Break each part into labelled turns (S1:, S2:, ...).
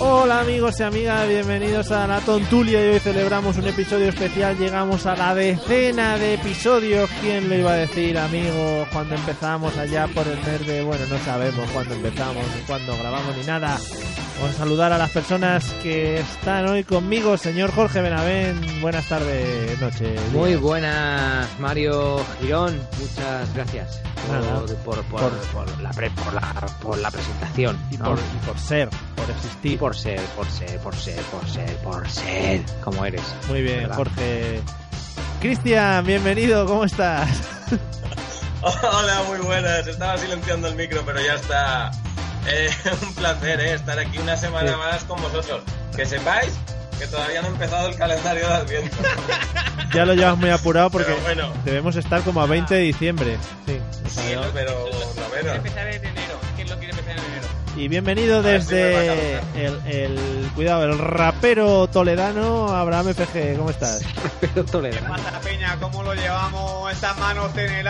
S1: Hola amigos y amigas, bienvenidos a la Tontulia y hoy celebramos un episodio especial, llegamos a la decena de episodios, ¿quién lo iba a decir amigos? Cuando empezamos allá por el mes de, bueno, no sabemos cuándo empezamos, ni cuándo grabamos, ni nada. Por saludar a las personas que están hoy conmigo, señor Jorge Benavent, buenas tardes, noches.
S2: Muy buenas, Mario Girón, muchas gracias
S1: Nada.
S2: por, por, por-
S1: Por-
S2: por la pre- por, la, por la presentación.
S1: Y
S2: ¿no?
S1: por, y por ser, por existir.
S2: Y por ser, por ser, por ser, por ser, por ser, como eres.
S1: Muy bien,
S2: ¿Verdad?
S1: Jorge. Cristian, bienvenido, ¿cómo estás?
S3: Hola, muy buenas. Estaba silenciando el micro, pero ya está. Eh, un placer eh, estar aquí una semana
S1: Sí.
S3: más con vosotros. Que sepáis que todavía no ha empezado el calendario de Adviento.
S1: Ya lo llevas muy apurado porque
S3: Pero bueno.
S1: debemos estar como a 20 de diciembre. Sí, o sea,
S3: Sí,
S1: ya-
S3: pero lo
S4: Quiere
S3: menos.
S4: empezar en enero. ¿Quién lo quiere empezar en enero?
S1: Y bienvenido
S3: ver si me va a
S1: desde el, el- cuidado, el rapero toledano Abraham FG, ¿cómo estás?
S2: Pero Toledano.
S4: Mata Peña, ¿cómo lo llevamos? Estas manos en el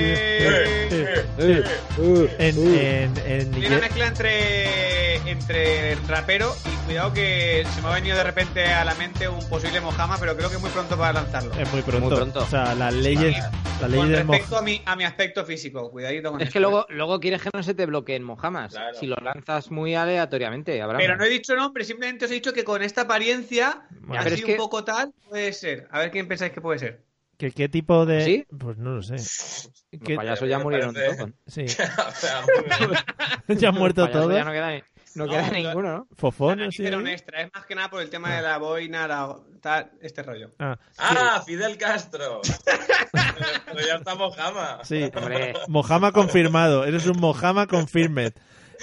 S1: aire.
S4: aire.
S3: Eh,
S2: Eh,
S3: eh.
S2: eh,
S1: En,
S2: eh.
S1: en, en-
S4: Tiene una mezcla entre, entre el rapero y cuidado que se me ha venido de repente a la mente un posible Mojama, pero creo que es muy pronto para lanzarlo.
S1: es muy pronto.
S2: Muy pronto.
S1: O sea, las leyes, las leyes
S4: Con
S1: del mo-
S4: respecto a mi, a mi aspecto físico, cuidadito con
S2: Es
S4: esto. eh.
S2: que luego, luego quieres que no se te bloqueen mojamas.
S3: Claro.
S2: Si lo lanzas muy aleatoriamente, habrá.
S4: Pero no he dicho nombre, simplemente os he dicho que con esta apariencia,
S1: Ya,
S4: así
S2: pero es
S4: un
S2: que-
S4: poco tal, puede ser. A ver quién pensáis que puede ser.
S1: ¿Qué, qué tipo de...?
S2: ¿Sí?
S1: Pues no lo sé.
S2: Los
S1: ¿Qué-
S2: payasos ya
S3: Me
S2: murieron
S3: parece-
S2: todos.
S1: Sí.
S3: O sea, bueno,
S1: ¿Ya han muerto
S2: Los payasos
S1: todos?
S2: Ya no queda, ni- no queda
S4: No,
S2: ninguno, ¿no?
S1: ¿Fofón? ¿sí?
S4: Pero un extra, es más que nada por el tema de la boina, la, tal, este rollo.
S1: Ah,
S3: ah, Fidel Castro. pero ya está Mojama.
S1: sí.
S2: Hombre,
S1: Mojama confirmado. Eres un Mojama confirmed.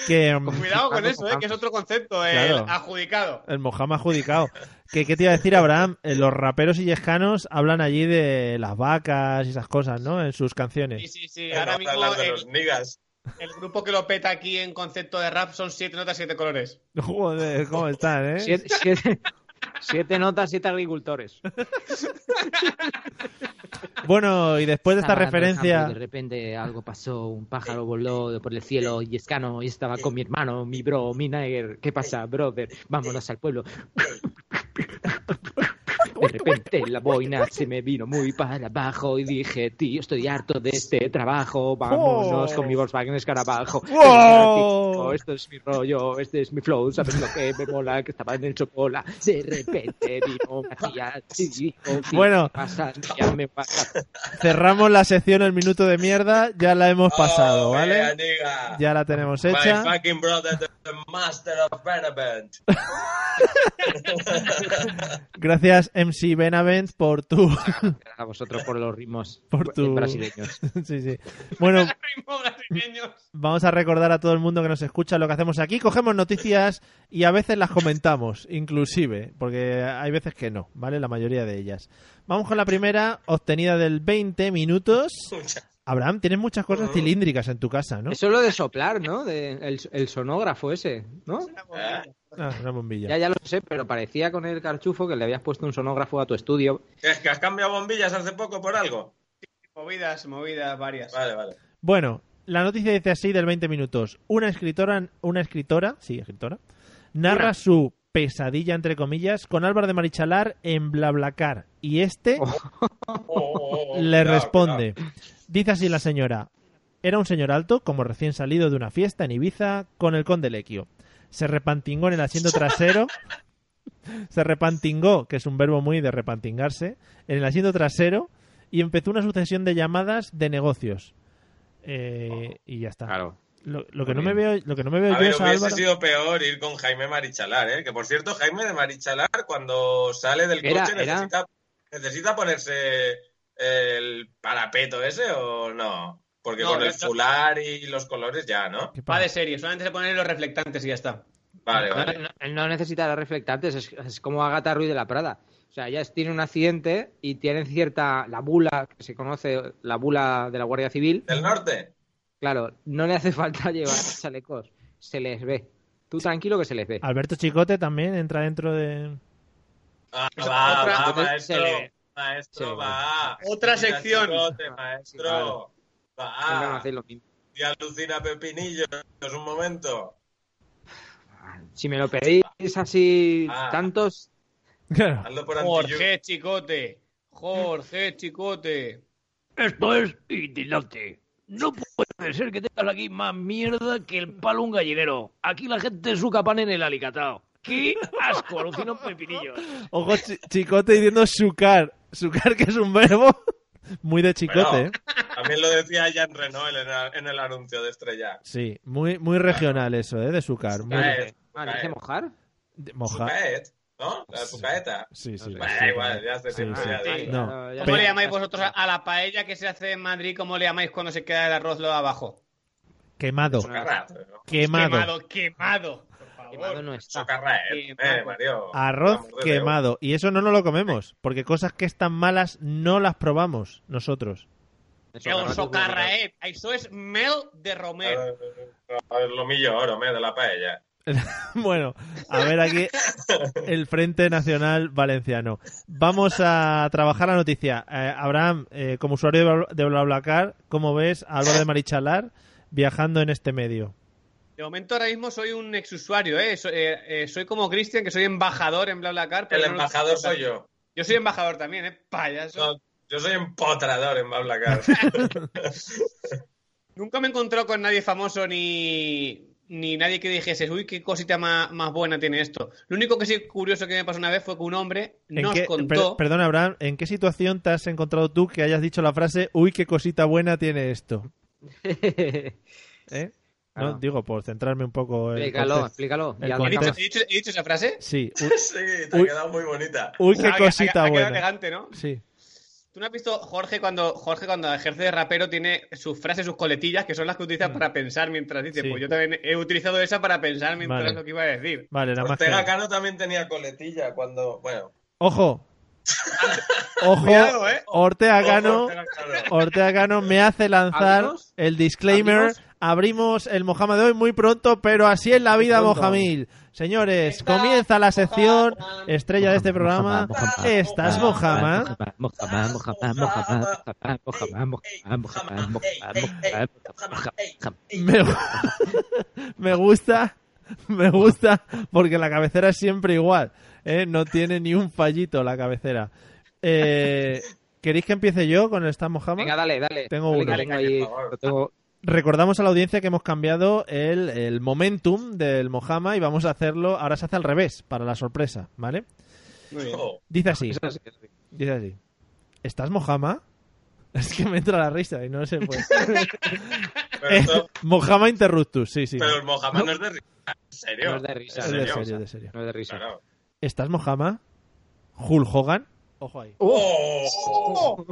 S1: Que... mm,
S4: Cuidado con eso, eh, que es otro concepto, el
S1: Claro.
S4: adjudicado.
S1: El Mojama adjudicado. ¿Qué, ¿Qué te iba a decir, Abraham? Eh, Los raperos illescanos hablan allí de las vacas y esas cosas, ¿no? En sus
S4: Sí,
S1: canciones.
S4: sí, sí.
S3: Ahora
S4: Ahora mismo
S3: hablar de
S4: el,
S3: los niggas.
S4: el grupo que lo peta aquí en concepto de rap son siete notas, siete colores.
S1: Joder, ¿cómo están, eh?
S2: Siete, siete- siete notas, siete agricultores.
S1: Bueno, y después de esta
S2: Estaba dando el campo y
S1: referencia...
S2: De repente algo pasó, un pájaro voló por el cielo y escano y estaba con mi hermano, mi bro, mi Niger. ¿Qué pasa, brother? Vámonos al pueblo. De repente la boina se me vino muy para abajo y dije, tío, estoy harto de este trabajo, vámonos
S1: Oh.
S2: con mi Volkswagen escarabajo.
S1: Wow.
S2: Esto es mi rollo, este es mi flow, ¿sabes lo que me mola? Que estaba en el chocola. De repente vino una tía y dijo, "¿Qué
S1: Bueno.
S2: pasa? Ya me pasa
S1: Cerramos la sección El Minuto de Mierda, ya la hemos pasado,
S3: Oh, yeah,
S1: ¿vale?
S3: nigga.
S1: Ya la tenemos hecha.
S3: My fucking brother, the master of Benevent.
S1: Gracias, MC Benavent, por tu...
S2: a vosotros por los ritmos eh,
S1: Por tu-
S2: brasileños.
S1: sí, sí. Bueno,
S4: Ritmos brasileños.
S1: Vamos a recordar a todo el mundo que nos escucha lo que hacemos aquí. Cogemos noticias y a veces las comentamos, inclusive, porque hay veces que no, ¿vale? La mayoría de ellas. Vamos con la primera, obtenida del 20 minutos. Abraham, tienes muchas cosas cilíndricas en tu casa, ¿no?
S2: Eso es lo de soplar, ¿no? De- el, el sonógrafo ese, ¿no?
S1: Ah, una bombilla.
S2: Ya, ya lo sé, pero parecía con el carchufo que le habías puesto un sonógrafo a tu estudio.
S3: ¿Es que has cambiado bombillas hace poco por algo?
S4: Movidas, movidas varias.
S3: Vale, vale.
S1: Bueno, la noticia dice así del 20 minutos. Una escritora, una escritora, sí, escritora, narra
S2: Una.
S1: su pesadilla, entre comillas, con Álvaro de Marichalar en BlaBlaCar. Y
S2: Oh.
S1: este...
S4: Oh,
S3: Oh,
S1: le responde. Dice así la señora. Era un señor alto, como recién salido de una fiesta en Ibiza, con el conde Lequio. Se repantingó en el asiento trasero. se repantingó, que es un verbo muy de repantingarse, en el asiento trasero y empezó una sucesión de llamadas de negocios. Eh, y ya está.
S2: Claro.
S1: Lo, lo que
S2: Muy
S1: no me
S2: bien.
S1: veo, lo que no me veo
S3: A
S1: yo
S3: ver,
S1: es a
S3: hubiese
S1: Álvaro-
S3: sido peor ir con Jaime Marichalar, ¿eh? Que por cierto, Jaime de Marichalar, cuando sale del
S2: Era-
S3: coche,
S2: era-
S3: Necesita, necesita ponerse el parapeto ese o no. Porque
S4: No,
S3: con el
S4: no, no.
S3: fular y los colores ya, ¿no?
S1: ¿Qué
S4: Va
S1: pasa?
S4: de serie, solamente se ponen los reflectantes y ya está.
S3: Vale,
S2: No,
S3: vale.
S2: no- no necesitará reflectantes, es, es como Agatha Ruiz de la Prada. O sea, ellas tienen un accidente y tienen cierta. La bula, que se conoce, la bula de la Guardia Civil.
S3: ¿Del norte?
S2: Claro, no le hace falta llevar chalecos. Se les ve. Tú tranquilo que se les ve.
S1: Alberto Chicote también entra dentro de.
S3: Ah,
S4: Esa
S3: va,
S4: otra-
S3: va,
S2: Entonces,
S3: maestro.
S2: se le-
S3: Maestro,
S2: se-
S3: va.
S4: Otra
S3: Mira,
S4: sección.
S3: chicote,
S2: claro.
S3: maestro.
S2: Siempre van a
S3: Va.
S2: hacer lo mismo.
S3: Y alucina Pepinillo. Es un momento.
S2: Ah, Si me lo pedís así
S3: Ah.
S2: tantos,
S1: Claro.
S3: Hazlo por anti
S4: Jorge Chicote. Jorge Chicote.
S5: Esto es indignante. No puede ser que tengas aquí más mierda que el palo un gallinero. Aquí la gente suca pan en el alicatao. ¡Qué asco! Alucino pepinillos.
S1: Ojo, Chi- chicote diciendo sucar. Sucar, que es un verbo muy de chicote.
S3: Bueno.
S1: ¿eh?
S3: También lo decía Jean Renault en el, en el anuncio de Estrella.
S1: Sí, muy, muy regional eso, ¿eh? De sucar. Muy...
S3: Sucar. Eh,
S2: ah, ¿te hace mojar?
S1: de- Moja.
S3: Sucaet, ¿no? La sucaeta.
S1: Sí, sí.
S3: Bueno,
S1: sí,
S3: igual,
S1: sí.
S3: ya se
S1: Sí,
S3: entiende,
S1: sí.
S3: ya
S2: Ah,
S3: digo.
S1: No,
S2: claro, ya
S4: ¿Cómo
S1: Pe-
S4: le llamáis vosotros a la paella que se hace en Madrid? ¿Cómo le llamáis cuando se queda el arroz lo de abajo?
S1: Quemado.
S3: Socarrat, ¿no?
S1: Quemado.
S4: Quemado, quemado. Por
S2: Quemado
S4: favor.
S2: no está.
S3: Socarraet, eh,
S4: Quemado.
S3: Mario.
S1: Arroz
S3: Vamos, de
S1: quemado. Y eso no nos lo comemos. Porque cosas que están malas no las probamos nosotros.
S2: Eso,
S4: Luego
S2: claro,
S4: socarraet. Eso es mel de
S3: Leo.
S4: Romero.
S3: Eh, eh, Lo millo oro, me, de la paella.
S1: Bueno, a ver aquí el Frente Nacional Valenciano. Vamos a trabajar la noticia. Eh, Abraham, eh, como usuario de Bla- de BlaBlaCar, ¿cómo ves a Álvaro de Marichalar viajando en este medio?
S4: De momento ahora mismo soy un exusuario, ¿eh? So- eh, eh, soy como Cristian, que soy embajador en BlaBlaCar. pero
S3: El
S4: no lo-
S3: embajador soy yo.
S4: Yo soy embajador también, ¿eh? Payaso.
S3: No, yo soy empotrador en BlaBlaCar.
S4: Nunca me he encontrado con nadie famoso ni, ni nadie que dijese, uy, qué cosita ma- más, buena tiene esto. Lo único que sí curioso que me pasó una vez fue que un hombre
S1: ¿En
S4: nos
S1: qué- per-
S4: contó.
S1: perdón, Abraham, ¿en qué situación te has encontrado tú que hayas dicho la frase, uy, qué cosita buena tiene esto? ¿Eh? No,
S2: Claro.
S1: digo, por centrarme un poco. el
S2: explícalo,
S1: concepto.
S2: explícalo.
S1: El
S2: Ya
S4: ¿He
S1: contexto.
S4: dicho,
S2: lo
S4: he dicho- he dicho esa frase?
S1: Sí,
S3: sí, te ha
S1: Uy.
S3: quedado muy bonita.
S1: u- uy, qué
S4: Ah, que-
S1: cosita
S4: ha- ha quedado
S1: buena.
S4: elegante, ¿no?
S1: Sí,
S4: ¿Tú no has visto Jorge cuando Jorge cuando ejerce de rapero tiene sus frases, sus coletillas, que son las que utiliza para pensar mientras dice,
S1: Mm. Sí.
S4: pues yo también he utilizado esa para pensar mientras
S1: Vale.
S4: lo que iba a decir.
S1: vale, nada más que-
S3: Ortega Cano también tenía coletilla cuando. Bueno.
S1: Ojo. Ojo,
S4: Cuidado, ¿eh?
S1: Ortega Cano.
S3: Ortega Cano.
S1: Ortega Cano me hace lanzar
S2: ¿Abrimos?
S1: el disclaimer. ¿Abrimos?
S2: ¿Abrimos?
S1: el Mohamed de hoy muy pronto, pero así es la vida,
S2: Pronto.
S1: Mojamil. Señores, comienza la sección estrella de este programa.
S2: Mohamed, Mohamed,
S1: ¿Estás
S2: Mohamed,
S1: Mojama?
S2: Mohamed, Mohamed, Mohamed, Mohamed, Mohamed, Mohamed, Mohamed, Mohamed.
S1: Me, me gusta, me gusta, porque la cabecera es siempre igual. ¿eh? No tiene ni un fallito la cabecera. Eh, ¿Queréis que empiece yo con el Estás Mojama?
S2: Venga, dale, dale.
S1: Tengo
S2: Dale,
S1: uno.
S2: que tengo ahí-
S3: Por favor.
S2: lo tengo-
S1: Recordamos a la audiencia que hemos cambiado el, el momentum del Mojama y vamos a hacerlo. Ahora se hace al revés, para la sorpresa, ¿vale?
S4: Muy bien.
S3: Oh,
S1: Dice así,
S2: eso sí, eso sí.
S1: dice así. ¿Estás Mojama? Es que me entra la risa y no sé. Pues.
S3: pero, esto-
S1: Mojama interruptus, sí, sí.
S3: pero el Mohamed no es de risa. ¿En serio?
S2: No es de risa,
S1: Es
S3: ¿En
S1: de
S3: serio?
S1: serio, de serio.
S2: No es de risa.
S3: Claro.
S1: ¿Estás Mojama? ¿Hulk Hogan? Ojo ahí.
S3: ¡Oh!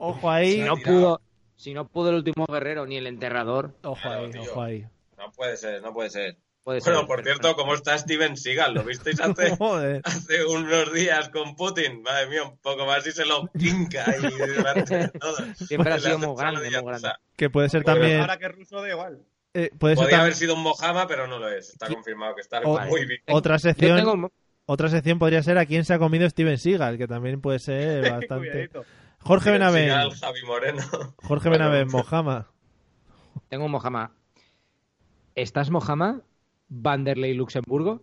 S1: Ojo
S2: Si
S1: ahí.
S2: no
S3: Mira.
S2: pudo, si no pudo el último guerrero ni el enterrador,
S1: Ojo ahí,
S3: Claro, tío.
S1: ojo ahí.
S3: No puede ser, no puede ser.
S2: puede ser.
S3: Bueno, por cierto, ¿cómo está Steven Seagal? ¿Lo visteis hace,
S1: Joder.
S3: hace unos días con Putin? Madre mía, un poco más y se lo pinca ahí durante todo.
S2: Siempre ha
S3: Le
S2: sido
S3: hace
S2: muy grande,
S3: saludos.
S2: muy grande.
S1: Que puede ser
S3: Bueno,
S1: también.
S4: Ahora que es ruso da igual.
S1: eh, puede ser
S3: Podría
S1: también Oh,
S3: haber sido un Mojama, pero no lo es. Está confirmado que está
S1: O-
S3: muy bien.
S1: otra
S2: Yo
S1: sección.
S2: tengo
S1: Otra sección podría ser a quién se ha comido Steven Seagal, que también puede ser bastante.
S4: Cuidadito.
S1: Jorge
S3: Seagal,
S1: Benavent,
S3: Javi Moreno.
S1: Jorge
S3: Bueno.
S1: Benavent, Mojama.
S2: Tengo un Mojama. ¿Estás Mojama? Vanderlei Luxemburgo.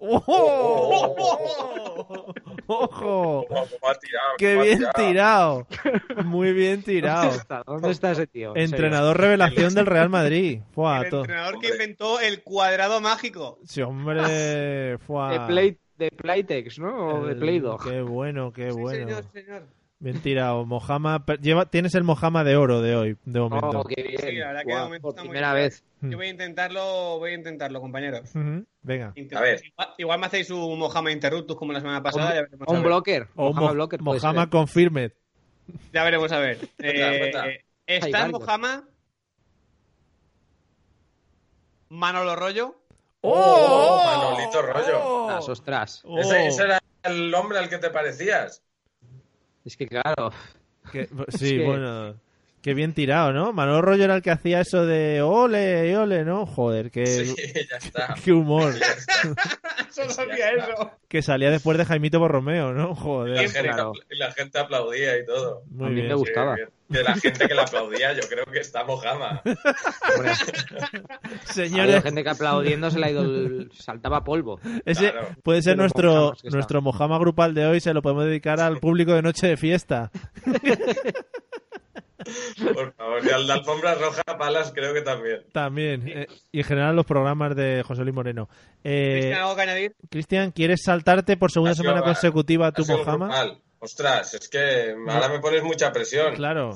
S1: ¡Ojo! ¡Ojo!
S3: Guau, cómo ha tirado,
S1: ¡Qué
S3: cómo ha
S1: bien
S3: tirado.
S1: tirado! Muy bien tirado.
S2: ¿Dónde está, ¿Dónde está ese tío? En
S1: Entrenador revelación del Real Madrid. Fua,
S4: El
S1: to-
S4: entrenador
S3: Hombre.
S4: que inventó el cuadrado mágico.
S1: Sí, hombre. Fua.
S2: serio. De, Play, de Playtex, ¿no? O de
S1: El-
S2: Play-Doh.
S1: Qué bueno, qué
S4: Sí,
S1: bueno.
S4: señor, sí, señor.
S1: Bien tirado. Mojama. per- lleva- Tienes el Mojama de oro de hoy, de momento.
S2: Oh, qué bien.
S4: Sí, la verdad que de
S2: Guau,
S4: momento
S2: por
S4: está muy
S2: primera
S4: bien.
S2: vez.
S1: Hmm.
S4: Yo voy a intentarlo, voy a intentarlo, compañeros.
S1: Ujú, Venga.
S4: Intento-
S3: A ver.
S4: Igual, igual me hacéis un Mojama Interruptus como la semana pasada. ya veremos
S2: O
S4: a
S2: un
S4: ver.
S2: blocker.
S1: O
S2: Mojama
S1: Mo-
S2: blocker. puede ser.
S1: Mojama Confirmed.
S4: Ya veremos a ver. Eh,
S3: cuenta.
S4: eh, ¿Estás
S2: varios.
S4: Mojama? Manolo Rollo.
S3: ¡Oh! Manolito Rollo.
S2: Ostras, ostras.
S1: Oh.
S3: Ese, ese era el hombre al que te parecías.
S2: Es que claro.
S3: Oh.
S1: Que- sí,
S2: que-
S1: bueno. Qué bien tirado, ¿no? Manolo Rollo era el que hacía eso de ole, ole, ¿no? Joder, qué,
S3: Sí, ya está.
S1: qué humor.
S4: Solo hacía eso.
S1: Que salía después de Jaimito Borromeo, ¿no?
S3: La,
S1: Joder.
S3: gente-
S2: claro.
S3: la gente aplaudía y todo.
S1: Muy
S2: a mí
S1: bien.
S2: me
S3: Sí,
S2: gustaba.
S3: bien. De la gente que la aplaudía, yo creo que está Mojama.
S2: Hombre, ha habido
S1: Señores,
S2: gente que aplaudiendo se le ha ido el- saltaba polvo.
S1: ese
S3: Claro.
S1: puede ser
S2: De los
S1: nuestro,
S2: mojamas que están.
S1: nuestro mojama grupal de hoy, se lo podemos dedicar al público de noche de fiesta.
S3: Por favor, y al de alfombra roja, palas, creo que también.
S1: También. eh, y en general los programas de José Luis Moreno. Eh,
S4: ¿Cristian, algo que añadir?
S1: Cristian, ¿quieres saltarte por segunda
S3: Ha sido
S1: semana
S3: mal.
S1: consecutiva
S3: Ha
S1: tu
S3: sido
S1: mojama?
S3: brutal. Ostras, es que ahora me pones mucha presión.
S1: Claro.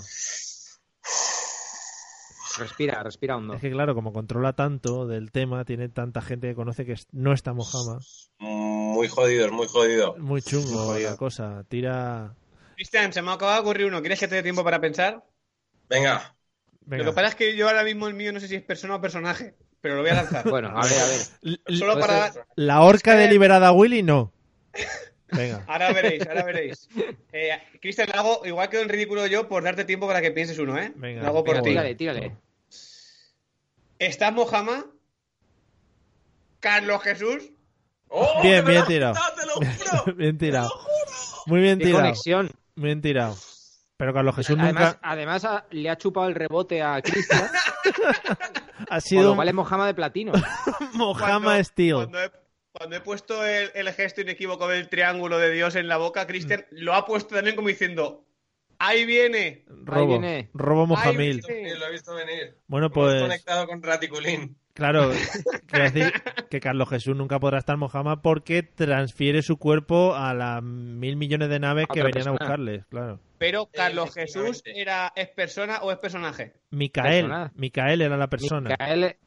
S2: Respira, respira hondo.
S1: Es que claro, como controla tanto del tema, tiene tanta gente que conoce que es- no está mojama.
S3: Muy jodido, es muy jodido.
S1: Muy chungo la cosa. Tira.
S4: Cristian, se me acaba de ocurrir uno. ¿Quieres que te dé tiempo para pensar?
S3: Venga,
S1: Venga.
S4: Lo que pasa es que yo ahora mismo el mío no sé si es persona o personaje, pero lo voy a lanzar.
S2: Bueno, a ver, a ver.
S1: L- l-
S4: Solo
S2: puede
S4: para...
S2: ser.
S1: La horca
S4: Es que-
S1: deliberada a Willy, no. Venga.
S4: Ahora veréis, ahora veréis. Eh, Cristian, lo hago igual quedo en ridículo yo por darte tiempo para que pienses uno, ¿eh?
S1: Venga,
S4: lo hago por
S1: venga,
S4: ti.
S2: Tírale, tírale.
S4: ¿Estás Mojama? ¿Carlos Jesús?
S3: ¡Oh,
S1: Bien,
S3: que me
S1: bien
S3: lo has
S1: tirado.
S3: quitado, te lo juro!
S1: Bien tirado. Muy bien
S2: Qué
S1: tirado.
S2: conexión.
S1: Bien tirado. Pero Carlos Jesús
S2: Además,
S1: nunca
S2: además a- le ha chupado el rebote a Cristian,
S1: ha
S2: con
S1: sido
S2: lo cual es Mojama de platino.
S1: Mojama
S4: Cuando-
S1: Steel.
S4: Cuando he, cuando he puesto el, el gesto inequívoco del triángulo de Dios en la boca, Cristian lo ha puesto también como diciendo, ahí viene.
S2: Ahí
S1: Robo.
S2: viene.
S1: Robo Mojamil.
S4: viene.
S3: Sí, lo he visto venir.
S1: Bueno,
S3: Me he
S1: pues
S3: conectado con Raticulín.
S1: claro, quiero decir que Carlos Jesús nunca podrá estar Mojama porque transfiere su cuerpo a las mil millones de naves
S2: A
S1: que
S2: otra
S1: venían a
S2: persona.
S1: buscarles, claro.
S4: Pero Carlos Jesús
S3: Efectivamente.
S4: era, es persona o es personaje.
S1: Micael,
S2: Persona.
S1: Micael era la persona.
S2: Micael-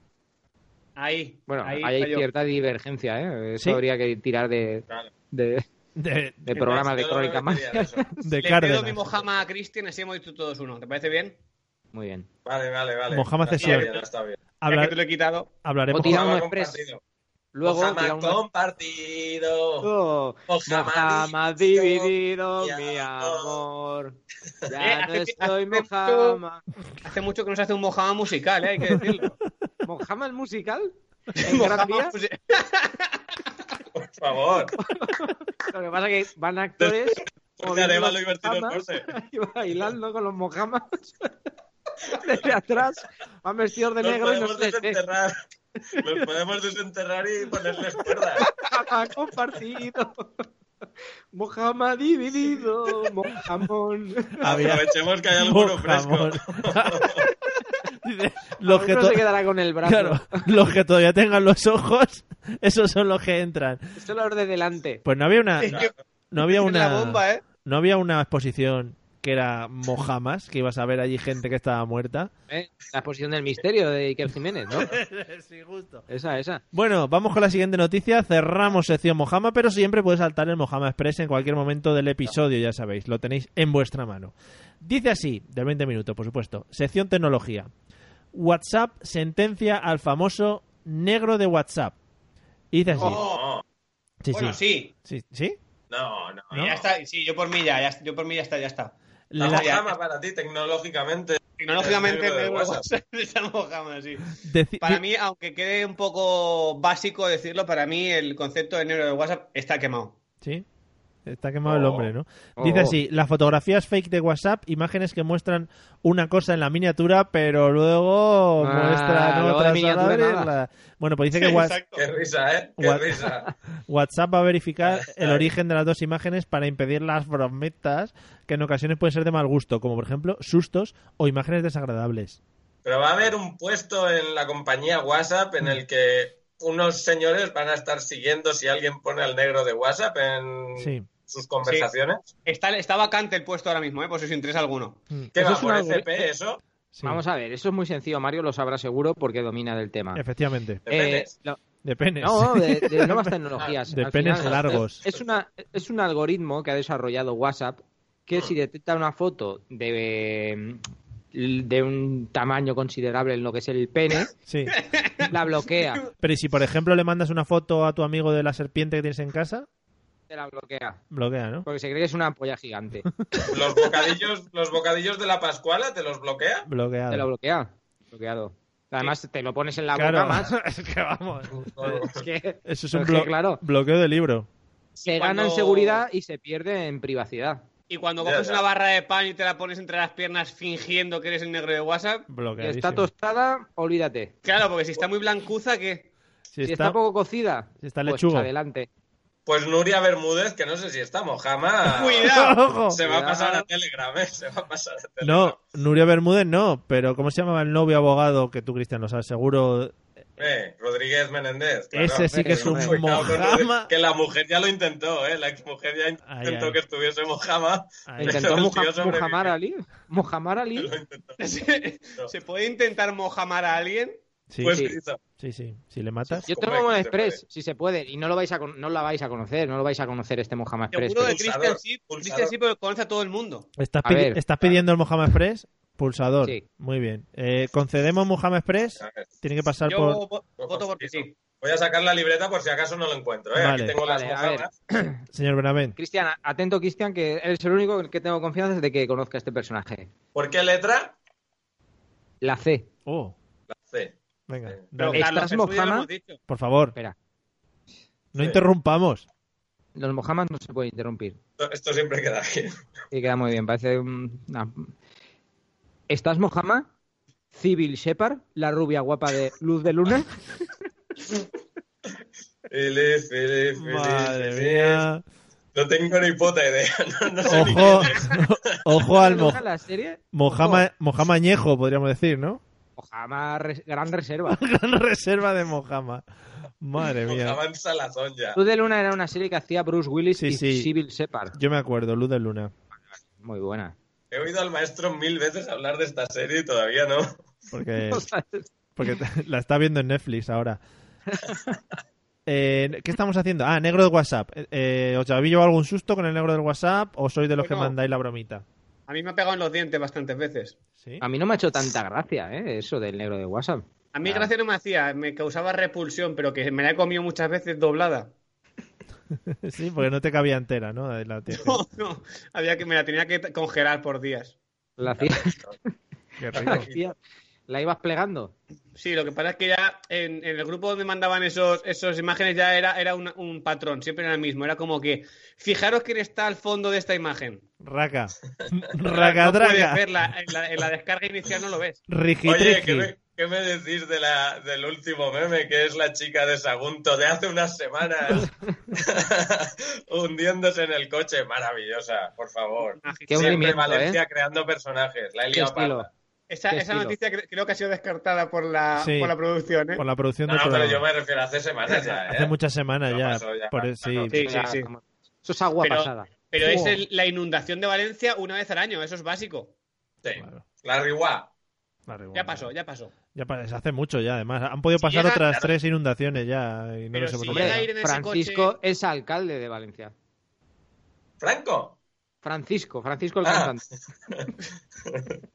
S4: Ahí.
S2: bueno,
S4: ahí
S2: ahí hay
S4: falló.
S2: cierta divergencia, ¿eh? Eso
S1: ¿Sí?
S2: habría que tirar de,
S3: Claro.
S2: de,
S1: De,
S2: de programas de
S3: Yo no me
S2: crónica
S3: metería en
S2: más.
S3: eso.
S1: de
S4: Le
S1: Cárdenas.
S4: pido mi mojama a Cristian, así hemos dicho todos uno. ¿Te parece bien?
S2: Muy bien.
S3: Vale, vale, vale.
S1: Mojama
S3: Ya está
S1: Cesión.
S3: bien, ya está bien.
S4: Ya
S1: Habla-
S4: que te lo he quitado.
S1: hablaremos.
S2: O tira
S3: Mojama
S2: un express.
S3: compartido.
S2: Luego,
S3: Mojama
S2: tira una-
S3: compartido.
S2: Oh,
S3: Mojama
S2: Mojama dividido, mi amor.
S4: Eh,
S2: Ya no
S4: hace-
S2: estoy
S4: hace mucho-
S2: Mojama.
S4: Hace mucho que no se hace un mojama musical, ¿eh? hay que decirlo.
S2: ¿Mojama el musical? ¿En Gran
S4: Mojama
S2: Vía?
S4: musical.
S3: Por favor.
S2: Lo que pasa es que van actores
S3: Porque Arevalo y Bertino
S2: mojamas
S3: Corse.
S2: y bailando con los mojamas desde atrás. Van vestidos de
S3: Los
S2: negro y no
S3: podemos
S2: se les ve.
S3: desenterrar. Los podemos desenterrar y ponerles cuerdas.
S2: Mojama compartido. Mojama dividido, mojamón.
S1: Había-
S3: Aprovechemos que hay alguno
S1: Mojamón.
S3: fresco.
S1: Dice, los que
S2: Alguno
S1: to-
S2: se quedará con el brazo.
S1: claro, los que todavía tengan los ojos, esos son los que entran.
S2: Solo los de delante.
S1: Pues no había una,
S4: Es que
S1: no había
S4: es
S1: una,
S4: la bomba, ¿eh?
S1: no había una exposición que era mojamas, que ibas a ver allí gente que estaba muerta.
S2: ¿eh? La exposición del misterio de Iker Jiménez, ¿no? Esa, esa.
S1: Bueno, vamos con la siguiente noticia. Cerramos sección Mojama, pero siempre puedes saltar el Mojama Express en cualquier momento del episodio, ya sabéis, lo tenéis en vuestra mano. Dice así, de 20 minutos, por supuesto. Sección tecnología. WhatsApp sentencia al famoso negro de WhatsApp. Y dice así.
S4: Oh,
S1: sí,
S4: bueno,
S1: sí.
S4: sí.
S1: Sí, sí.
S3: No, no.
S1: ¿No?
S3: no.
S4: Ya está. Sí, yo por mí ya. ya- yo por mí ya está, ya está.
S3: La
S1: La-
S3: Mojama para ti, tecnológicamente.
S4: Tecnológicamente,
S3: El negro de
S4: negro
S3: WhatsApp.
S4: WhatsApp es el mojama, sí.
S1: deci-
S4: Para mí, aunque quede un poco básico decirlo, para mí el concepto de negro de WhatsApp está quemado.
S1: Sí. Está quemado
S3: Oh.
S1: el hombre, ¿no?
S2: Oh.
S1: Dice así, las fotografías fake de WhatsApp, imágenes que muestran una cosa en la miniatura, pero luego
S2: Ah,
S1: muestran
S2: luego de
S1: otra.
S2: miniatura nada.
S1: Bueno, pues dice que Whats-
S4: Exacto.
S3: Qué risa, ¿eh? Qué
S1: What-
S3: risa.
S1: WhatsApp va a verificar el origen de las dos imágenes para impedir las brometas que en ocasiones pueden ser de mal gusto, como por ejemplo sustos o imágenes desagradables.
S3: Pero va a haber un puesto en la compañía WhatsApp en el que unos señores van a estar siguiendo si alguien pone al negro de WhatsApp en
S1: Sí.
S3: sus conversaciones.
S4: Está, está vacante el puesto ahora mismo, ¿eh? por si os interesa alguno.
S3: ¿Qué
S2: Mm. Eso
S3: va
S2: es un
S3: por
S2: algoritmo.
S3: FP eso?
S1: Sí,
S2: Vamos a ver, eso es muy sencillo. Mario lo sabrá seguro porque domina del tema. Eh,
S1: Efectivamente.
S3: De penes.
S2: lo-
S1: De penes.
S2: no, de, de nuevas tecnologías.
S1: De
S2: Al
S1: penes
S2: final,
S1: largos.
S2: Es, una, es un algoritmo que ha desarrollado WhatsApp que si detecta una foto de, de un tamaño considerable en lo que es el pene,
S1: Sí.
S2: la bloquea.
S1: Pero ¿y si por ejemplo le mandas una foto a tu amigo de la serpiente que tienes en casa?
S2: Te la bloquea.
S1: Bloquea, ¿no?
S2: Porque se cree que es una ampolla gigante.
S3: ¿Los bocadillos, ¿Los bocadillos de la Pascuala te los bloquea?
S2: Te la
S1: Bloqueado.
S2: bloquea. Bloqueado. Además, te lo pones en la boca
S1: Claro,
S2: más.
S1: es que vamos.
S2: Es que
S1: Eso es un
S2: Es que,
S1: blo-
S2: claro.
S1: bloqueo de libro.
S2: se
S4: Cuando-
S2: gana en seguridad y se pierde en privacidad.
S4: Y cuando
S3: Ya,
S4: coges
S3: ya.
S4: una barra de pan y te la pones entre las piernas fingiendo que eres el negro de WhatsApp,
S2: Si
S1: Bloqueadísimo.
S2: está tostada, olvídate.
S4: claro, porque si está muy blancuza, ¿qué?
S1: Si
S2: Si está,
S1: está-
S2: poco cocida,
S1: si está
S2: pues
S1: lechugo.
S2: adelante.
S3: Pues Nuria Bermúdez, que no sé si está mojama.
S4: ¡Cuidado!
S1: ¡Ojo!
S3: Se va a
S2: Cuidado.
S3: pasar a Telegram, ¿eh? Se va a pasar a Telegram.
S1: No, Nuria Bermúdez no, pero ¿cómo se llamaba el novio abogado que tú, Cristian, lo sabes seguro?
S3: Eh, Rodríguez Menéndez. claro.
S1: Ese sí que es un
S2: hombre,
S3: Cuidado con Rodríguez,
S1: mojama.
S3: Que la mujer ya lo intentó, ¿eh? La exmujer ya intentó
S1: Ay, ay.
S3: que estuviese mojama.
S1: Ay,
S2: Intentó
S3: El tío
S2: Muja-
S3: sobrevivió.
S2: Muhammad Ali. Muhammad Ali.
S3: Lo intentó.
S4: ¿Se, se puede intentar mojamar a alguien?
S1: Sí,
S3: pues
S2: sí.
S3: hizo.
S1: sí, sí. Si le matas.
S2: Yo
S3: Hombre,
S2: tengo un
S3: que se
S2: Express, si se puede, y no lo vais a con- no la vais a conocer, no lo vais a conocer este Mohamed Express.
S4: Seguro que
S2: pero-
S3: Pulsador,
S4: Christian sí,
S3: pulsador.
S4: Christian sí porque conoce a todo el mundo.
S1: ¿Estás,
S2: A
S1: pidi-
S2: ver.
S1: estás pidiendo el Mohamed Express? Pulsador.
S2: Sí.
S1: Muy bien. Eh, concedemos Mohamed Express.
S3: A ver,
S1: Tiene que pasar
S4: Yo
S1: por.
S4: vo- voto porque sí.
S3: Voy a sacar la libreta por si acaso no lo encuentro, ¿eh?
S1: Vale.
S3: Aquí tengo
S2: Vale,
S3: las
S2: a ver.
S3: mojamas.
S1: Señor Benavent.
S2: Cristian, a- atento Cristian, que eres el único en el que tengo confianza de que conozca este personaje.
S3: ¿Por qué letra?
S2: La C.
S1: Oh,
S3: La C.
S1: venga.
S3: Pero
S1: dale.
S2: claro. ¿Estás
S4: Jesús ya lo
S2: mojama?
S4: hemos dicho.
S1: Por favor,
S2: Espera,
S1: no
S3: Sí.
S1: interrumpamos.
S2: los Mohamed no se pueden interrumpir.
S3: Esto, esto siempre queda aquí.
S2: Y queda muy bien, parece un- una- ¿Estás Mohamed? Civil Shepard, la rubia guapa de Luz de Luna.
S3: Fili, fili, fili,
S1: Madre
S3: fili.
S1: mía.
S3: No tengo ni puta idea. No, no sé ni
S1: Ojo, ojo al
S2: ¿Te
S1: mo
S2: gusta la serie?
S1: Mojama, Mojama Añejo, podríamos decir, ¿no?
S2: Mohamed, res- gran reserva.
S1: Gran reserva de Mojama. Madre
S3: cómo
S1: mía.
S3: avanza la zonya.
S2: Luz de Luna era una serie que hacía Bruce Willis
S1: Sí,
S2: y
S1: sí.
S2: Civil Shepard.
S1: Yo me acuerdo, Luz de Luna.
S2: Muy buena.
S3: He oído al maestro mil veces hablar de esta serie y todavía no.
S1: Porque,
S2: O sea, es-
S1: porque la está viendo en Netflix ahora. Eh, ¿Qué estamos haciendo? Ah, negro de WhatsApp. Eh, eh, ¿Os habéis llevado algún susto con el negro del WhatsApp o sois de los
S3: Pues
S1: que
S4: Bueno.
S1: mandáis la bromita?
S4: A mí me ha pegado en los dientes bastantes veces.
S1: ¿Sí?
S3: Ah.
S2: A mí no me ha hecho tanta gracia, ¿eh? Eso del negro de WhatsApp.
S4: A mí
S2: Claro.
S4: gracia no me hacía, me causaba repulsión, pero que me la he comido muchas veces doblada.
S1: Sí, porque no te cabía entera, ¿no? Ahí la tienes.
S4: No, no, había que, me la tenía que t- congelar por días.
S2: La, hacía-
S1: Qué
S2: la
S1: rico.
S2: hacía- la ibas plegando.
S4: Sí, lo que pasa es que ya en, en el grupo donde mandaban esos, esos imágenes ya era, era una- un patrón, siempre era el mismo. Era como que, fijaros quién está al fondo de esta imagen.
S1: Raca.
S4: No puedes
S1: Racadraca.
S4: verla, en, la, en la descarga inicial no lo ves.
S3: Oye,
S1: Rigitrigi.
S3: ¿qué me, qué me decís de la, del último meme que es la chica de Sagunto de hace unas semanas hundiéndose en el coche? Maravillosa, por favor.
S2: Qué
S3: Siempre
S2: hundimiento,
S3: Valencia creando personajes. La he
S2: Qué
S3: liado
S2: estilo.
S3: parda.
S4: Esa,
S2: Qué
S4: esa
S2: estilo.
S4: noticia cre- creo que ha sido descartada por la,
S1: Sí.
S4: por la producción, ¿eh?
S1: Con la producción
S3: No,
S1: del
S3: no, pero
S1: programa.
S3: yo me refiero a hace semanas ya, ¿eh?
S1: Hace muchas semanas
S3: Ya
S1: ya.
S3: pasó, ya
S1: por-
S3: pasó,
S1: sí.
S3: ¿no?
S4: Sí, sí,
S2: Ya,
S4: sí.
S2: como- Eso es agua
S4: Pero-
S2: pasada.
S4: Pero es
S2: Oh.
S4: el- la inundación de Valencia una vez al año, eso es básico.
S3: Sí.
S1: Claro.
S3: La Riwa.
S1: Vale, bueno.
S4: Ya pasó, ya pasó.
S1: Ya pa- se hace mucho ya, además. Han podido
S4: Si
S1: pasar
S4: llega-
S1: otras tres inundaciones ya. Y no
S4: Pero
S1: nos hemos
S4: si
S1: enterado.
S4: llega a ir en ese
S2: Francisco
S4: coche-
S2: es alcalde de Valencia.
S3: Franco.
S2: Francisco, Francisco el
S3: Ah.
S2: cantante.
S4: Que os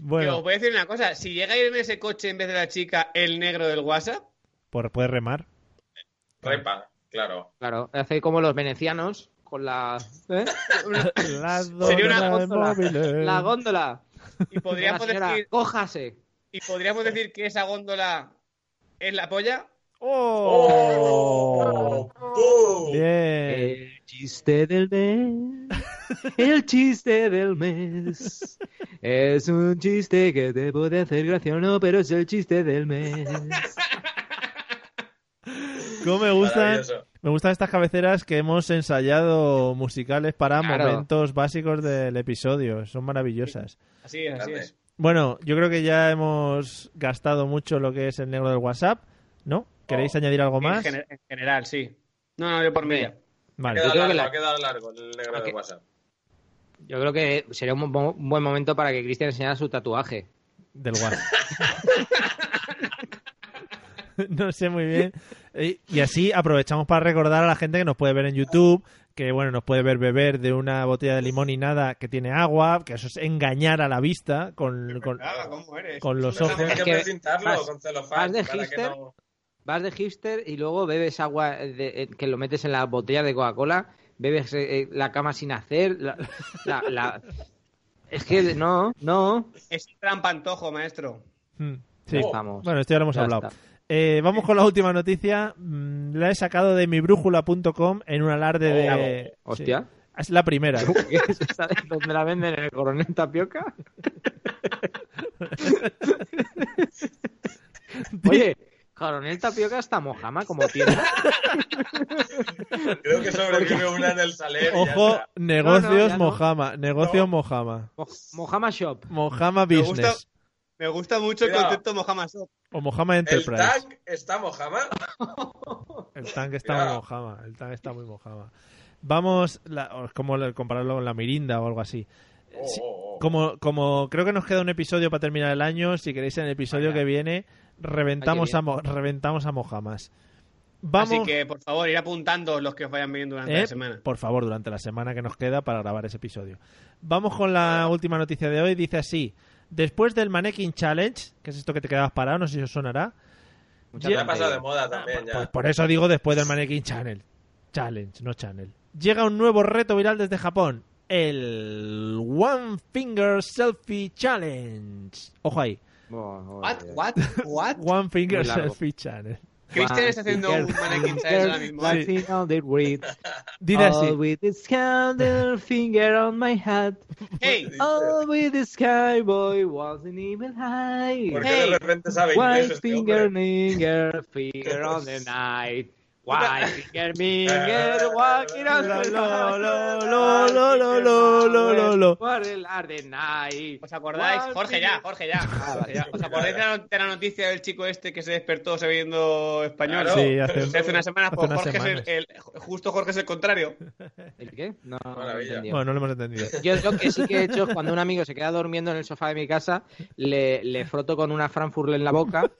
S1: Bueno,
S4: voy a decir una cosa, si llega a ir en ese coche en vez de la chica el negro del WhatsApp,
S1: por poder remar.
S3: Repa, claro.
S2: Claro, hace como los venecianos con la. ¿eh?
S1: La
S4: Sería una
S1: dona de
S2: góndola.
S1: móviles.
S2: La góndola.
S4: y podríamos,
S2: La señora,
S4: decir,
S2: cójase.
S4: y podríamos decir que esa góndola es la polla,
S1: ¡Oh!
S3: ¡Pum!
S1: Bien.
S2: El chiste del mes. El chiste del mes. Es un chiste que te puede hacer gracia o no, pero es el chiste del mes.
S1: ¿Cómo me gustan?
S3: Maravilloso.
S1: Me gustan estas cabeceras que hemos ensayado musicales para
S2: Claro.
S1: momentos básicos del episodio. Son maravillosas.
S4: así es, así
S3: Grande.
S4: es.
S1: Bueno, yo creo que ya hemos gastado mucho lo que es el negro del WhatsApp, ¿no? ¿Queréis añadir algo
S4: Oh. En,
S1: más?
S4: gener- en general, sí. No, no, yo por mí. ya.
S3: Ha
S1: Vale.
S3: quedado
S2: creo que
S3: largo,
S2: la-
S3: ha quedado largo el negro de
S2: Ok.
S3: WhatsApp.
S2: Yo creo que sería un, mo- un buen momento para que Cristian enseñara su tatuaje.
S1: del WhatsApp. no sé muy bien. Eh, Y así aprovechamos para recordar a la gente que nos puede ver en YouTube, que bueno, nos puede ver beber de una botella de limón y nada que tiene agua, que eso es engañar a la vista con, con-
S4: ¿cómo eres?
S1: con los
S3: Tenemos
S1: ojos.
S2: Es
S3: que,
S2: que
S3: presentarlo
S2: vas-
S3: con celofán
S2: vas de
S3: para que
S2: hipster.
S3: no...
S2: Vas de hipster y luego bebes agua de- eh, que lo metes en las botellas de Coca-Cola, bebes eh, la cama sin hacer. la- la- la- Es que no, no.
S4: Es trampa antojo, maestro.
S1: Mm. Sí.
S2: Vamos.
S1: Bueno, esto ya lo hemos
S2: Ya
S1: hablado.
S2: está.
S1: Eh, vamos con la última noticia. Mm, La he sacado de mibrújula.com en un alarde de.
S2: Oh, hostia.
S1: Sí. Es la primera.
S2: ¿Sabes dónde la venden? ¿En el coronel Tapioca? Oye, coronel Tapioca está mojama como tienda.
S3: Creo que sobrevive una del saler. y ya
S1: Ojo,
S3: está.
S2: No, no,
S1: negocios
S2: ya no.
S1: Mojama. Negocios
S3: No.
S1: Mojama.
S2: Moj- Mojama Shop.
S1: Mojama
S4: Me gusta-
S1: Business.
S4: Me gusta mucho el
S3: Cuidado.
S4: concepto Mojama Shop.
S1: O Mojama
S3: El
S1: Enterprise.
S3: tank está mojama.
S1: El tanque está
S3: Cuidado.
S1: muy mojama. El tanque está muy mojama. Vamos, la- o es como el- compararlo con la Mirinda o algo así.
S3: Oh,
S1: Eh, Sí,
S3: oh, oh.
S1: Como, como creo que nos queda un episodio para terminar el año, si queréis en el episodio
S2: Vaya.
S1: que viene, reventamos,
S2: Ay,
S1: a, mo- reventamos a mojamas. Vamos,
S4: Así que, por favor, ir apuntando los que os vayan viendo durante
S1: eh,
S4: la semana.
S1: por favor, durante la semana que nos queda para grabar ese episodio. Vamos con la última noticia de hoy. Dice así, después del Mannequin Challenge, que es esto que te quedabas parado, no sé si os sonará,
S2: Mucha
S3: Ya
S1: llega-
S3: ha pasado de
S2: tontería.
S3: moda también.
S1: Pues
S3: Ya.
S1: por eso digo después del Mannequin Channel. Challenge, no Channel. Llega un nuevo reto viral desde Japón. El One Finger Selfie Challenge. Ojo ahí.
S2: Oh, oh,
S4: What,
S2: oh.
S4: what, what?
S1: One Finger
S2: Muy largo.
S1: Selfie Challenge.
S4: Christian está haciendo un mannequin challenge ahora mismo. ¿eh?
S2: Like it on the grid.
S1: Dice
S2: All
S1: así.
S2: with this candle finger on my hat.
S4: Hey,
S2: All with the sky boy was an evil high.
S3: ¿Por qué
S4: Hey,
S3: de repente sabe inglés
S2: White
S3: este
S2: finger,
S3: hombre?
S2: finger, finger on the night. White finger, finger, walking on the
S1: Lo,
S2: night.
S1: lo, lo, lo, lo, lo, lo, lo, lo.
S2: What are the night?
S4: ¿os acordáis? Jorge ya, Jorge ya.
S1: Ah,
S4: Jorge ya. ¿Os acordáis de la, de la noticia del chico este que se despertó sabiendo español?
S3: Claro.
S1: Sí, hace-
S3: Eso-
S4: Hace unas semanas,
S1: Hace
S4: pues,
S1: unas
S4: Jorge es el-
S1: semanas.
S4: el- justo Jorge es el contrario.
S2: ¿El qué? No, no
S3: Maravilla.
S2: entendí.
S1: Bueno, no lo hemos entendido.
S2: Yo lo que sí que he hecho es cuando un amigo se queda durmiendo en el sofá de mi casa, le, le froto con una Frankfurter en la boca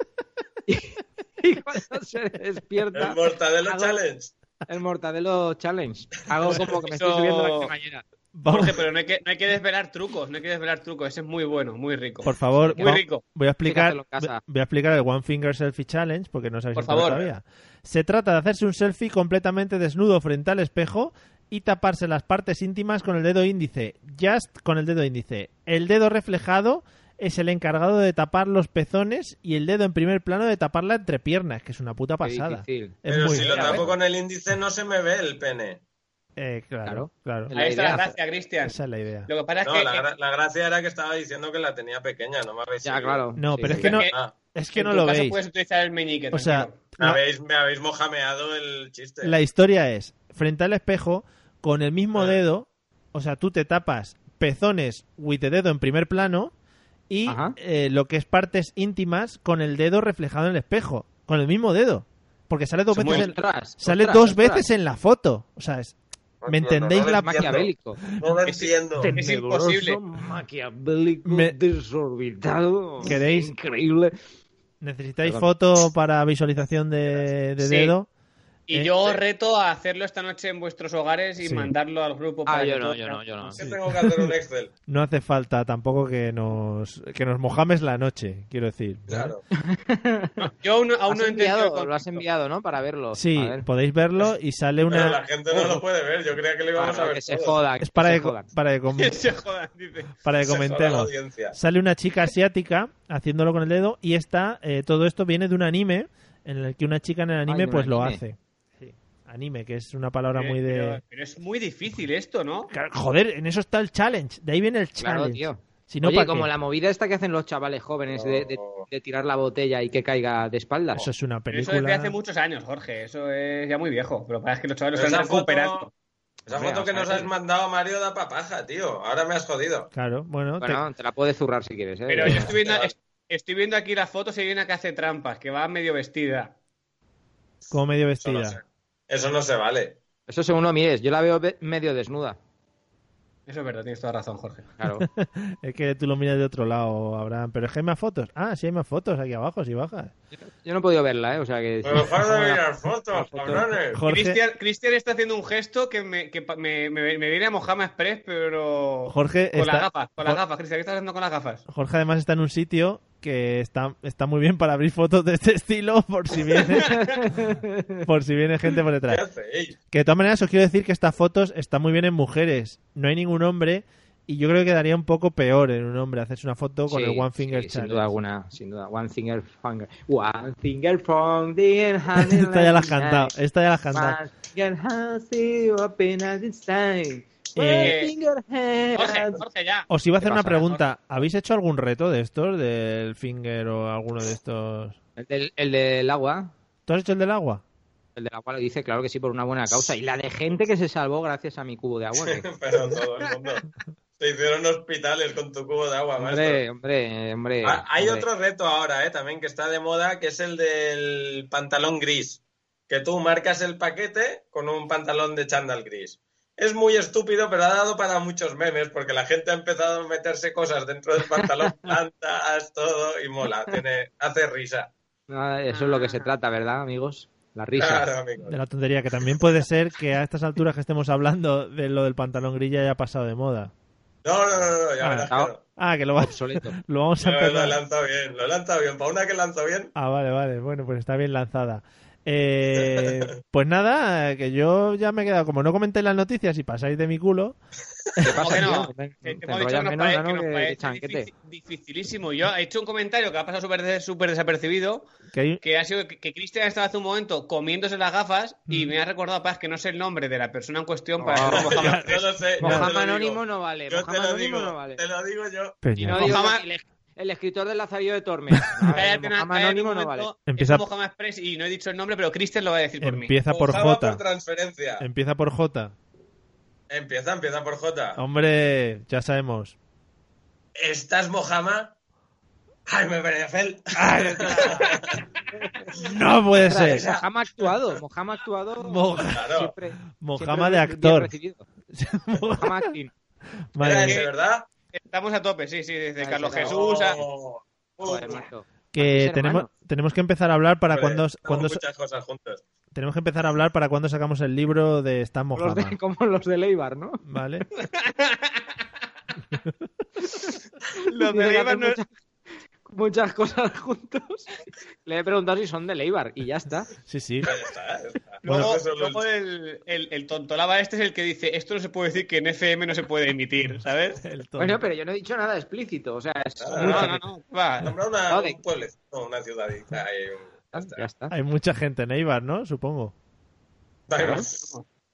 S2: y, y cuando se despierta,
S3: El Mortadelo
S2: Hago-
S3: Challenge.
S2: el mortadelo challenge. Hago como que me estoy
S4: Eso-
S2: subiendo a la cremallera.
S1: Vamos,
S4: Jorge, pero no hay, que, no hay que desvelar trucos, no hay que desvelar trucos. Ese es muy bueno, muy rico.
S1: por favor,
S4: Muy
S1: va-
S4: rico.
S1: voy a explicar
S2: Fíjatelo en casa.
S1: voy a explicar el One Finger Selfie Challenge porque no sabéis
S4: Por
S1: entrado
S4: favor.
S1: todavía. Se trata de hacerse un selfie completamente desnudo frente al espejo y taparse las partes íntimas con el dedo índice, just con el dedo índice. El dedo reflejado es el encargado de tapar los pezones y el dedo en primer plano de tapar la entrepierna, que es una puta
S2: Qué
S1: pasada.
S2: difícil.
S1: Es
S3: Pero
S1: muy
S3: si lo
S2: grave.
S3: tapo con el índice no se me ve el pene.
S1: Eh, claro, claro.
S2: Claro.
S4: Ahí está la
S2: idea.
S4: gracia, Cristian.
S1: Esa es la idea.
S4: Lo que pasa es
S3: No,
S4: que
S3: la, gra- la gracia era que estaba diciendo que la tenía pequeña, no me habéis
S2: Ya,
S3: seguido.
S2: claro. Eh,
S1: No,
S2: Sí,
S1: pero es
S2: sí.
S1: que no,
S4: que-
S3: Ah,
S1: es que
S4: en
S1: no
S4: tu
S1: lo
S4: caso
S1: veis.
S4: puedes utilizar el meñique.
S1: O sea,
S4: tranquilo.
S3: me,
S1: la-
S3: habéis, me habéis mojameado el chiste.
S1: La historia es, frente al espejo, con el mismo
S3: Ah.
S1: dedo, o sea, tú te tapas pezones with the dedo en primer plano y
S2: Ajá.
S1: eh, lo que es partes íntimas con el dedo reflejado en el espejo, con el mismo dedo, porque sale dos
S4: Se
S2: Pues
S1: veces, en,
S2: Ostras,
S1: sale
S2: ostras,
S1: dos
S2: ostras.
S1: veces en la foto, o sea, es-
S3: No,
S1: ¿me
S3: no,
S1: entendéis
S3: no,
S1: la-
S3: no lo entiendo.
S2: Maquiavélico.
S3: No lo entiendo.
S4: Es imposible.
S5: Tenebroso, Este Maquiavélico,
S1: Me-
S5: desorbitado.
S1: ¿Queréis?
S5: Increíble.
S1: necesitáis
S2: Perdón.
S1: foto para visualización de, de
S4: Sí.
S1: dedo.
S4: Y
S1: Eh,
S4: yo os reto a hacerlo esta noche en vuestros hogares y
S1: Sí.
S4: mandarlo al grupo
S5: Ah,
S4: para
S5: yo
S4: que
S5: no,
S4: todos-
S5: yo no, yo no.
S3: Yo tengo que hacer un Excel.
S1: No hace falta tampoco que nos que nos mojames la noche, quiero decir. ¿vale?
S3: Claro.
S4: Yo aún, aún
S2: Has
S4: no he entendido el
S2: enviado, lo has
S4: concepto.
S2: enviado, ¿no? Para verlo.
S1: Sí, pues
S2: A ver.
S1: podéis verlo y sale
S3: Pero
S1: una
S3: la gente no lo puede ver, yo creía que lo íbamos
S2: Claro,
S3: a ver.
S2: que se
S3: todos.
S2: joda.
S1: es
S2: que
S1: para
S2: se
S1: que,
S2: jodan.
S1: para que com-
S4: Que se jodan, dice.
S1: para que
S3: Se joda la
S1: comentemos.
S3: audiencia.
S1: Sale una chica asiática haciéndolo con el dedo y está eh, todo esto viene de un anime en el que una chica en el anime
S2: de un
S1: pues lo
S2: anime.
S1: hace. Anime, que es una palabra muy
S4: Pero,
S1: de
S4: pero es muy difícil esto, ¿no?
S1: Claro, joder, en eso está el challenge, de ahí viene el
S2: Claro,
S1: challenge.
S2: tío.
S1: Si no,
S2: Oye,
S1: ¿pa'
S2: como
S1: qué?
S2: la movida esta que hacen los chavales jóvenes de, de-
S3: Oh.
S2: de tirar la botella y que caiga de espaldas.
S1: Eso es una
S4: Pero
S1: película.
S4: Eso desde hace muchos años, Jorge. Eso es ya muy viejo. Pero parece que los chavales lo
S3: Pero
S4: están
S3: esa foto-
S4: recuperando.
S3: Esa
S2: Hombre,
S3: foto que
S2: vamos a
S3: nos
S2: ver.
S3: has mandado, Mario, da papaja, tío. Ahora me has jodido.
S1: Claro, bueno, te-
S2: Bueno, te la puedes zurrar si quieres, ¿eh?
S4: Pero yo estoy viendo,
S3: Vale.
S4: est- estoy viendo aquí las fotos y hay una que hace trampas, que va medio vestida.
S1: como medio
S3: Eso no, se,
S1: vestida.
S3: eso no se vale.
S2: Eso según lo mires, yo la veo ve- medio desnuda.
S4: Eso es verdad, tienes toda razón, Jorge.
S2: Claro.
S1: Es que tú lo miras de otro lado, Abraham, pero es que hay más fotos. Ah, sí hay más fotos aquí abajo, si bajas.
S2: Yo no he podido verla, ¿eh? O sea que...
S3: Me dejar de mirar fotos, cabrones.
S1: Jorge,
S4: Cristian, Cristian está haciendo un gesto que me, que pa- me, me- me viene a Mojama Express, pero.
S1: Jorge
S4: con las
S1: está-
S4: gafas, con las
S1: Jor-
S4: gafas, Cristian, ¿qué estás haciendo con las gafas?
S1: Jorge además está en un sitio que está, está muy bien para abrir fotos de este estilo por si viene, por si viene gente por
S3: ¿Qué
S1: detrás.
S3: hacéis?
S1: Que de todas maneras os quiero decir que estas fotos están muy bien en mujeres. No hay ningún hombre Y yo creo que quedaría un poco peor en un hombre hacerse una foto con
S2: Sí,
S1: el One Finger
S2: sí, Sin
S1: Challenge.
S2: duda alguna, sin duda. One finger finger. One finger from the hand.
S1: Esta ya la has cantado. Esta ya la has cantado.
S2: One finger has you open at this time.
S1: Eh,
S2: One finger hand.
S4: Jorge, Jorge, ya.
S1: Os iba a hacer
S2: ¿Qué
S1: una
S2: pasa,
S1: pregunta. ¿Habéis hecho algún reto de estos? ¿Del Finger o alguno de estos?
S2: El del, el del agua.
S1: ¿Tú has hecho el del agua?
S2: El del agua lo dice, claro que sí, por una buena causa. Y la de gente que se salvó gracias a mi cubo de agua. que-
S3: Pero todo el mundo. Te hicieron hospitales con tu cubo de agua, maestro.
S2: hombre, hombre, hombre.
S3: Ah, Hay
S2: hombre.
S3: otro reto ahora, eh, también que está de moda, que es el del pantalón gris. Que tú marcas el paquete con un pantalón de chándal gris. Es muy estúpido, pero ha dado para muchos memes, porque la gente ha empezado a meterse cosas dentro del pantalón, plantas, todo, y mola. Tiene, hace risa.
S2: Ah, Eso es lo que se trata, ¿verdad, amigos? La risa.
S3: Claro, amigo.
S1: De la tontería, que también puede ser que a estas alturas que estemos hablando de lo del pantalón grilla haya pasado de moda.
S3: No, no, no, no, ya
S1: Ah,
S3: verás que
S2: no.
S3: no.
S1: Ah, que lo, va-
S2: Obsoleto.
S1: lo vamos a
S3: No, Lo he
S1: empezar.
S3: lanzado bien, lo he lanzado bien. Para una que lanzó bien,
S1: Ah, vale, vale. Bueno, pues está bien lanzada. Eh, pues nada, que yo ya me he quedado. Como no comenté las noticias y pasáis de mi culo,
S2: ¿Qué pasa,
S4: que no?
S2: tío?
S4: Que
S2: Te
S4: te hemos dicho
S2: enrollas
S4: que nos
S2: menos,
S4: parece,
S2: ¿no?
S4: que nos
S2: que-
S4: parece
S2: que chanquete.
S4: difícil- dificilísimo. Yo he hecho un comentario que ha pasado súper des- súper desapercibido,
S1: que hay-
S4: que ha sido que, que Cristian estaba hace un momento comiéndose las gafas y
S1: Mm. Ah.
S4: me ha recordado, Paz, que no sé el nombre de la persona en cuestión para
S2: Oh.
S4: que no mojamos.
S3: no lo sé. yo te lo
S2: Mojama
S3: digo.
S2: anónimo no vale.
S3: Yo te
S2: Mojama
S3: lo
S2: anónimo
S3: digo,
S2: no vale.
S3: te lo digo yo.
S1: Peña,
S2: Y no
S4: Mojama-
S2: digo que el, el escritor del Lazarillo de Tormes. No, el
S4: Cállate,
S2: Mojama
S4: cállate un
S2: anónimo no vale.
S4: momento.
S1: Empieza-
S4: Es un Mojama Express y no he dicho el nombre, pero Cristian lo va a decir por mí.
S1: empieza por
S3: Mojama
S1: J.
S3: por transferencia.
S1: Empieza por J.
S3: Empieza, empieza por J.
S1: Hombre, ya sabemos.
S3: ¿Estás Mojama? Jaime Benefel.
S1: No puede
S2: Ostras,
S1: ser.
S2: Mojama ha actuado. Mojama ha actuado.
S1: Moja-
S3: Claro.
S2: siempre-
S1: Mojama
S2: siempre
S1: de
S2: bien
S1: actor.
S2: recibido. Mojama acting.
S1: Madre
S3: Era
S1: mía.
S3: Ah, ese, ¿verdad?
S4: Estamos a tope, sí, sí, desde
S2: Vale,
S4: Carlos
S2: vale.
S4: Jesús ah. a...
S3: Oh, uh,
S2: Joder, macho.
S1: que
S2: Hermano.
S1: tenemos, tenemos que empezar a hablar para
S3: hombre,
S1: cuando,
S3: hacemos
S1: cuando
S3: muchas cosas juntos.
S1: tenemos que empezar a hablar para cuando sacamos el libro de Stan
S2: Como los
S1: Mojama,
S2: de- como los de Leibar, ¿no?
S1: ¿vale?
S2: Tiene que
S4: Los de Leibar
S2: hacer
S4: no-
S2: muchas- Muchas cosas juntos. Le he preguntado si son de Leibar y ya está.
S1: Sí, sí.
S3: Ya está, ¿eh? ya está. Eso
S4: Luego,
S3: es lo-
S4: luego el, el, el tontolaba este es el que dice, esto no se puede decir que en FM no se puede emitir, ¿sabes?
S1: El tono.
S2: Bueno, pero yo no he dicho nada explícito. O sea, es
S3: Ah,
S4: No,
S2: mucha-
S4: no, no, va.
S3: Nombra una,
S2: Vale.
S3: un pueblecito, una ciudadita. ahí, un- ya está.
S2: Ya está.
S1: Hay mucha gente en Eibar, ¿no? Supongo.
S3: No hay más,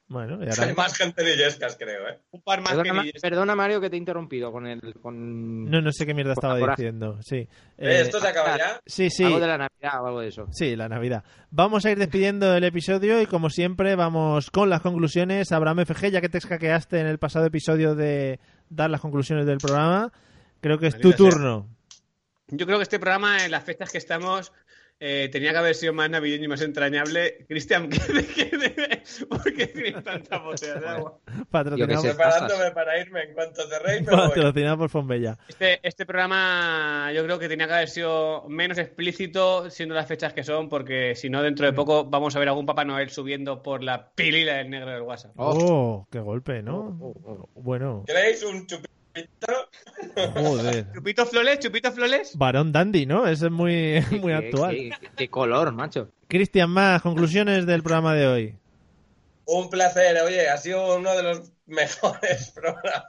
S1: Bueno, y
S3: hay
S1: ahora...
S3: más gente en Illescas, creo, ¿eh?
S4: Un par más
S2: Perdona,
S4: que
S2: Ma-
S4: Nilles.
S2: perdona, Mario, que te he interrumpido con el. Con...
S1: No, no sé qué mierda
S2: Por
S1: estaba
S2: favor.
S1: diciendo. Sí.
S3: Eh,
S1: Eh,
S3: ¿Esto se acaba ya?
S1: sí, sí.
S2: Algo de la Navidad o algo de eso.
S1: Sí, la Navidad. Vamos a ir despidiendo el episodio y como siempre vamos con las conclusiones. Abraham FG, ya que te escaqueaste en el pasado episodio de dar las conclusiones del programa, creo que es tu
S4: Maldita sea.
S1: turno.
S4: Yo creo que este programa, en las fechas que estamos, eh, tenía que haber sido más navideño y más entrañable. Cristian, ¿qué, qué, qué- por qué tienes tanta botella de agua?
S1: Patrocinado,
S2: sé.
S3: Preparándome para irme en cuanto cerréis, me voy.
S1: patrocinado por Fonbella.
S4: Este, este programa yo creo que tenía que haber sido menos explícito, siendo las fechas que son, porque si no, dentro de poco vamos a ver algún Papá Noel subiendo por la pilila del negro del WhatsApp.
S1: Oh, qué golpe, ¿no?
S2: Oh, oh,
S1: Bueno,
S3: ¿Queréis un chupito?
S1: joder.
S4: Chupito Flores, Chupito Flores.
S1: Varón Dandy, ¿no? Eso es muy,
S2: Qué-
S1: muy
S2: qué-
S1: actual.
S2: Qué, qué color, macho.
S1: Cristian, más conclusiones del programa de hoy.
S3: Un placer, oye, ha sido uno de los mejores programas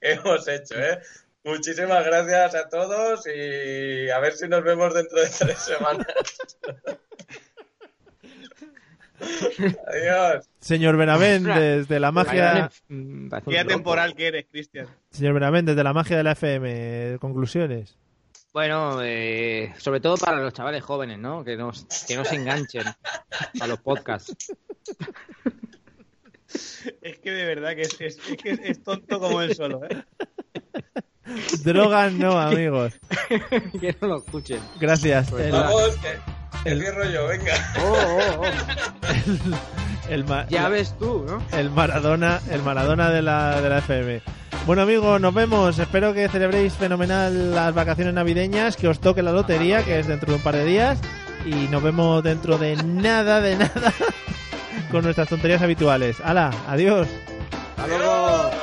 S3: que hemos hecho, ¿eh? Muchísimas gracias a todos y a ver si nos vemos dentro de tres semanas. Adiós.
S1: Señor Benavent,
S2: Ostras. Pues
S1: desde la magia,
S2: Mm, parece un
S4: Guía
S2: loco.
S4: temporal que eres, Cristian.
S1: señor Benavent, desde la magia de la FM, conclusiones.
S2: Bueno, eh, sobre todo para los chavales jóvenes, ¿no? Que no, que no se enganchen a los podcasts.
S4: Es que de verdad que es, es- es que es- es tonto como él solo, ¿eh?
S1: Drogas no, amigos.
S2: que no lo escuchen.
S1: Gracias.
S2: Pues
S1: El,
S3: Vamos, que, que cierro yo, venga.
S2: Oh, oh, oh.
S1: el ma-
S2: Ya ves tú, ¿no?
S1: el Maradona, el Maradona de la, de la FM. Bueno amigos, nos vemos. Espero que celebréis fenomenal las vacaciones navideñas, que os toque la lotería, que es dentro de un par de días. Y nos vemos dentro de nada, de nada, con nuestras tonterías habituales. ¡Hala! ¡Adiós!
S2: Hasta luego.